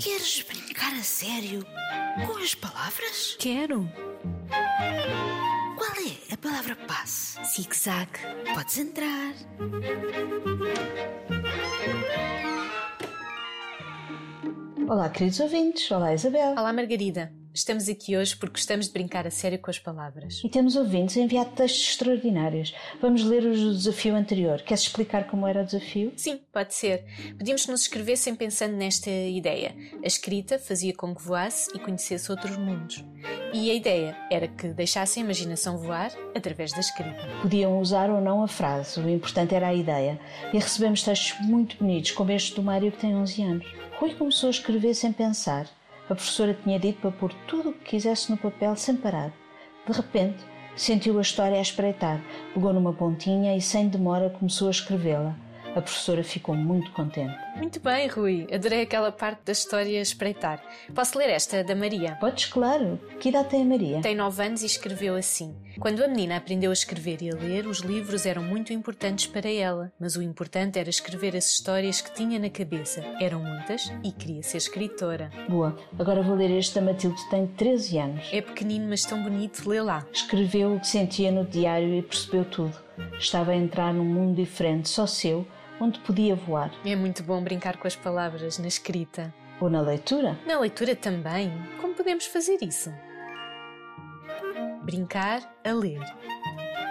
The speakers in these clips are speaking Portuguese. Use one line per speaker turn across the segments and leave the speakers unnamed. Queres brincar a sério com as palavras?
Quero.
Qual é a palavra passe?
Zig-zag.
Podes entrar.
Olá, queridos ouvintes. Olá, Isabel.
Olá, Margarida. Estamos aqui hoje porque gostamos de brincar a sério com as palavras.
E temos ouvintes a enviar textos extraordinários. Vamos ler os do desafio anterior. Queres explicar como era o desafio?
Sim, pode ser. Pedimos que nos escrevessem pensando nesta ideia. A escrita fazia com que voasse e conhecesse outros mundos. E a ideia era que deixassem a imaginação voar através da escrita.
Podiam usar ou não a frase, o importante era a ideia. E recebemos textos muito bonitos, como este do Mário, que tem 11 anos. Rui começou a escrever sem pensar. A professora tinha dito para pôr tudo o que quisesse no papel sem parar. De repente, sentiu a história a espreitar, pegou numa pontinha e, sem demora, começou a escrevê-la. A professora ficou muito contente.
Muito bem, Rui. Adorei aquela parte da história a espreitar. Posso ler esta da Maria?
Podes, claro. Que idade tem a Maria?
Tem 9 anos e escreveu assim: Quando a menina aprendeu a escrever e a ler, os livros eram muito importantes para ela, mas o importante era escrever as histórias que tinha na cabeça. Eram muitas e queria ser escritora.
Boa. Agora vou ler este da Matilde, tem 13 anos.
É pequenino, mas tão bonito, lê lá.
Escreveu o que sentia no diário e percebeu tudo. Estava a entrar num mundo diferente, só seu, onde podia voar.
É muito bom brincar com as palavras na escrita.
Ou na leitura.
Na leitura também. Como podemos fazer isso? Brincar a ler.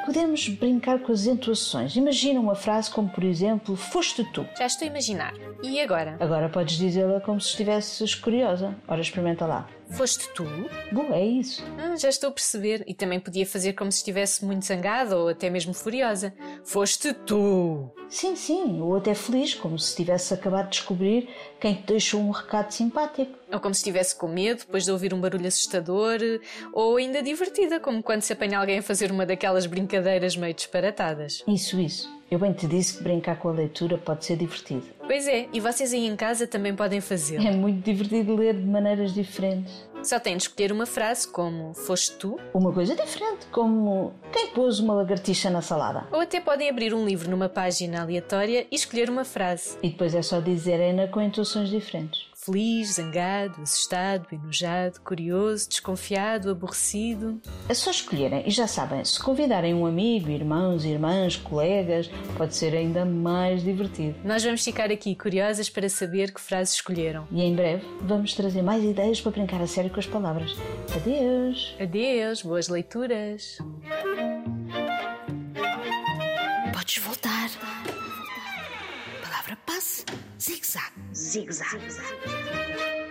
Podemos brincar com as entoações. Imagina uma frase como, por exemplo, foste tu.
Já estou a imaginar. E agora?
Agora podes dizê-la como se estivesses curiosa. Ora, experimenta lá.
Foste tu?
Boa, é isso.
Ah, já estou a perceber. E também podia fazer como se estivesse muito zangada ou até mesmo furiosa. Foste tu!
Sim, sim, ou até feliz, como se tivesse acabado de descobrir quem te deixou um recado simpático.
Ou como se estivesse com medo depois de ouvir um barulho assustador. Ou ainda divertida, como quando se apanha alguém a fazer uma daquelas brincadeiras meio disparatadas.
Isso, isso. Eu bem te disse que brincar com a leitura pode ser divertido.
Pois é, e vocês aí em casa também podem fazê-lo.
É muito divertido ler de maneiras diferentes.
Só têm de escolher uma frase como Foste tu?
Uma coisa diferente, como quem pôs uma lagartixa na salada.
Ou até podem abrir um livro numa página aleatória e escolher uma frase.
E depois é só dizer Ana com intuações diferentes.
Feliz, zangado, assustado, enojado, curioso, desconfiado, aborrecido.
É só escolherem e já sabem, se convidarem um amigo, irmãos, irmãs, colegas, pode ser ainda mais divertido.
Nós vamos ficar aqui curiosas para saber que frase escolheram.
E em breve vamos trazer mais ideias para brincar a sério com as palavras. Adeus!
Adeus, boas leituras!
Podes voltar. Palavra passe, zig-zag.
zig-zag.